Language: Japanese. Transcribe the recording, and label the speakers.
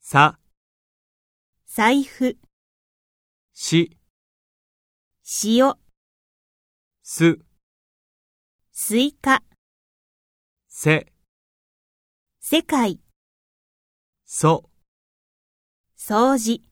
Speaker 1: さ、
Speaker 2: 財布、
Speaker 1: し、
Speaker 2: 塩、
Speaker 1: す、
Speaker 2: スイカ、
Speaker 1: せ、
Speaker 2: 世界、
Speaker 1: そ。
Speaker 2: 掃除。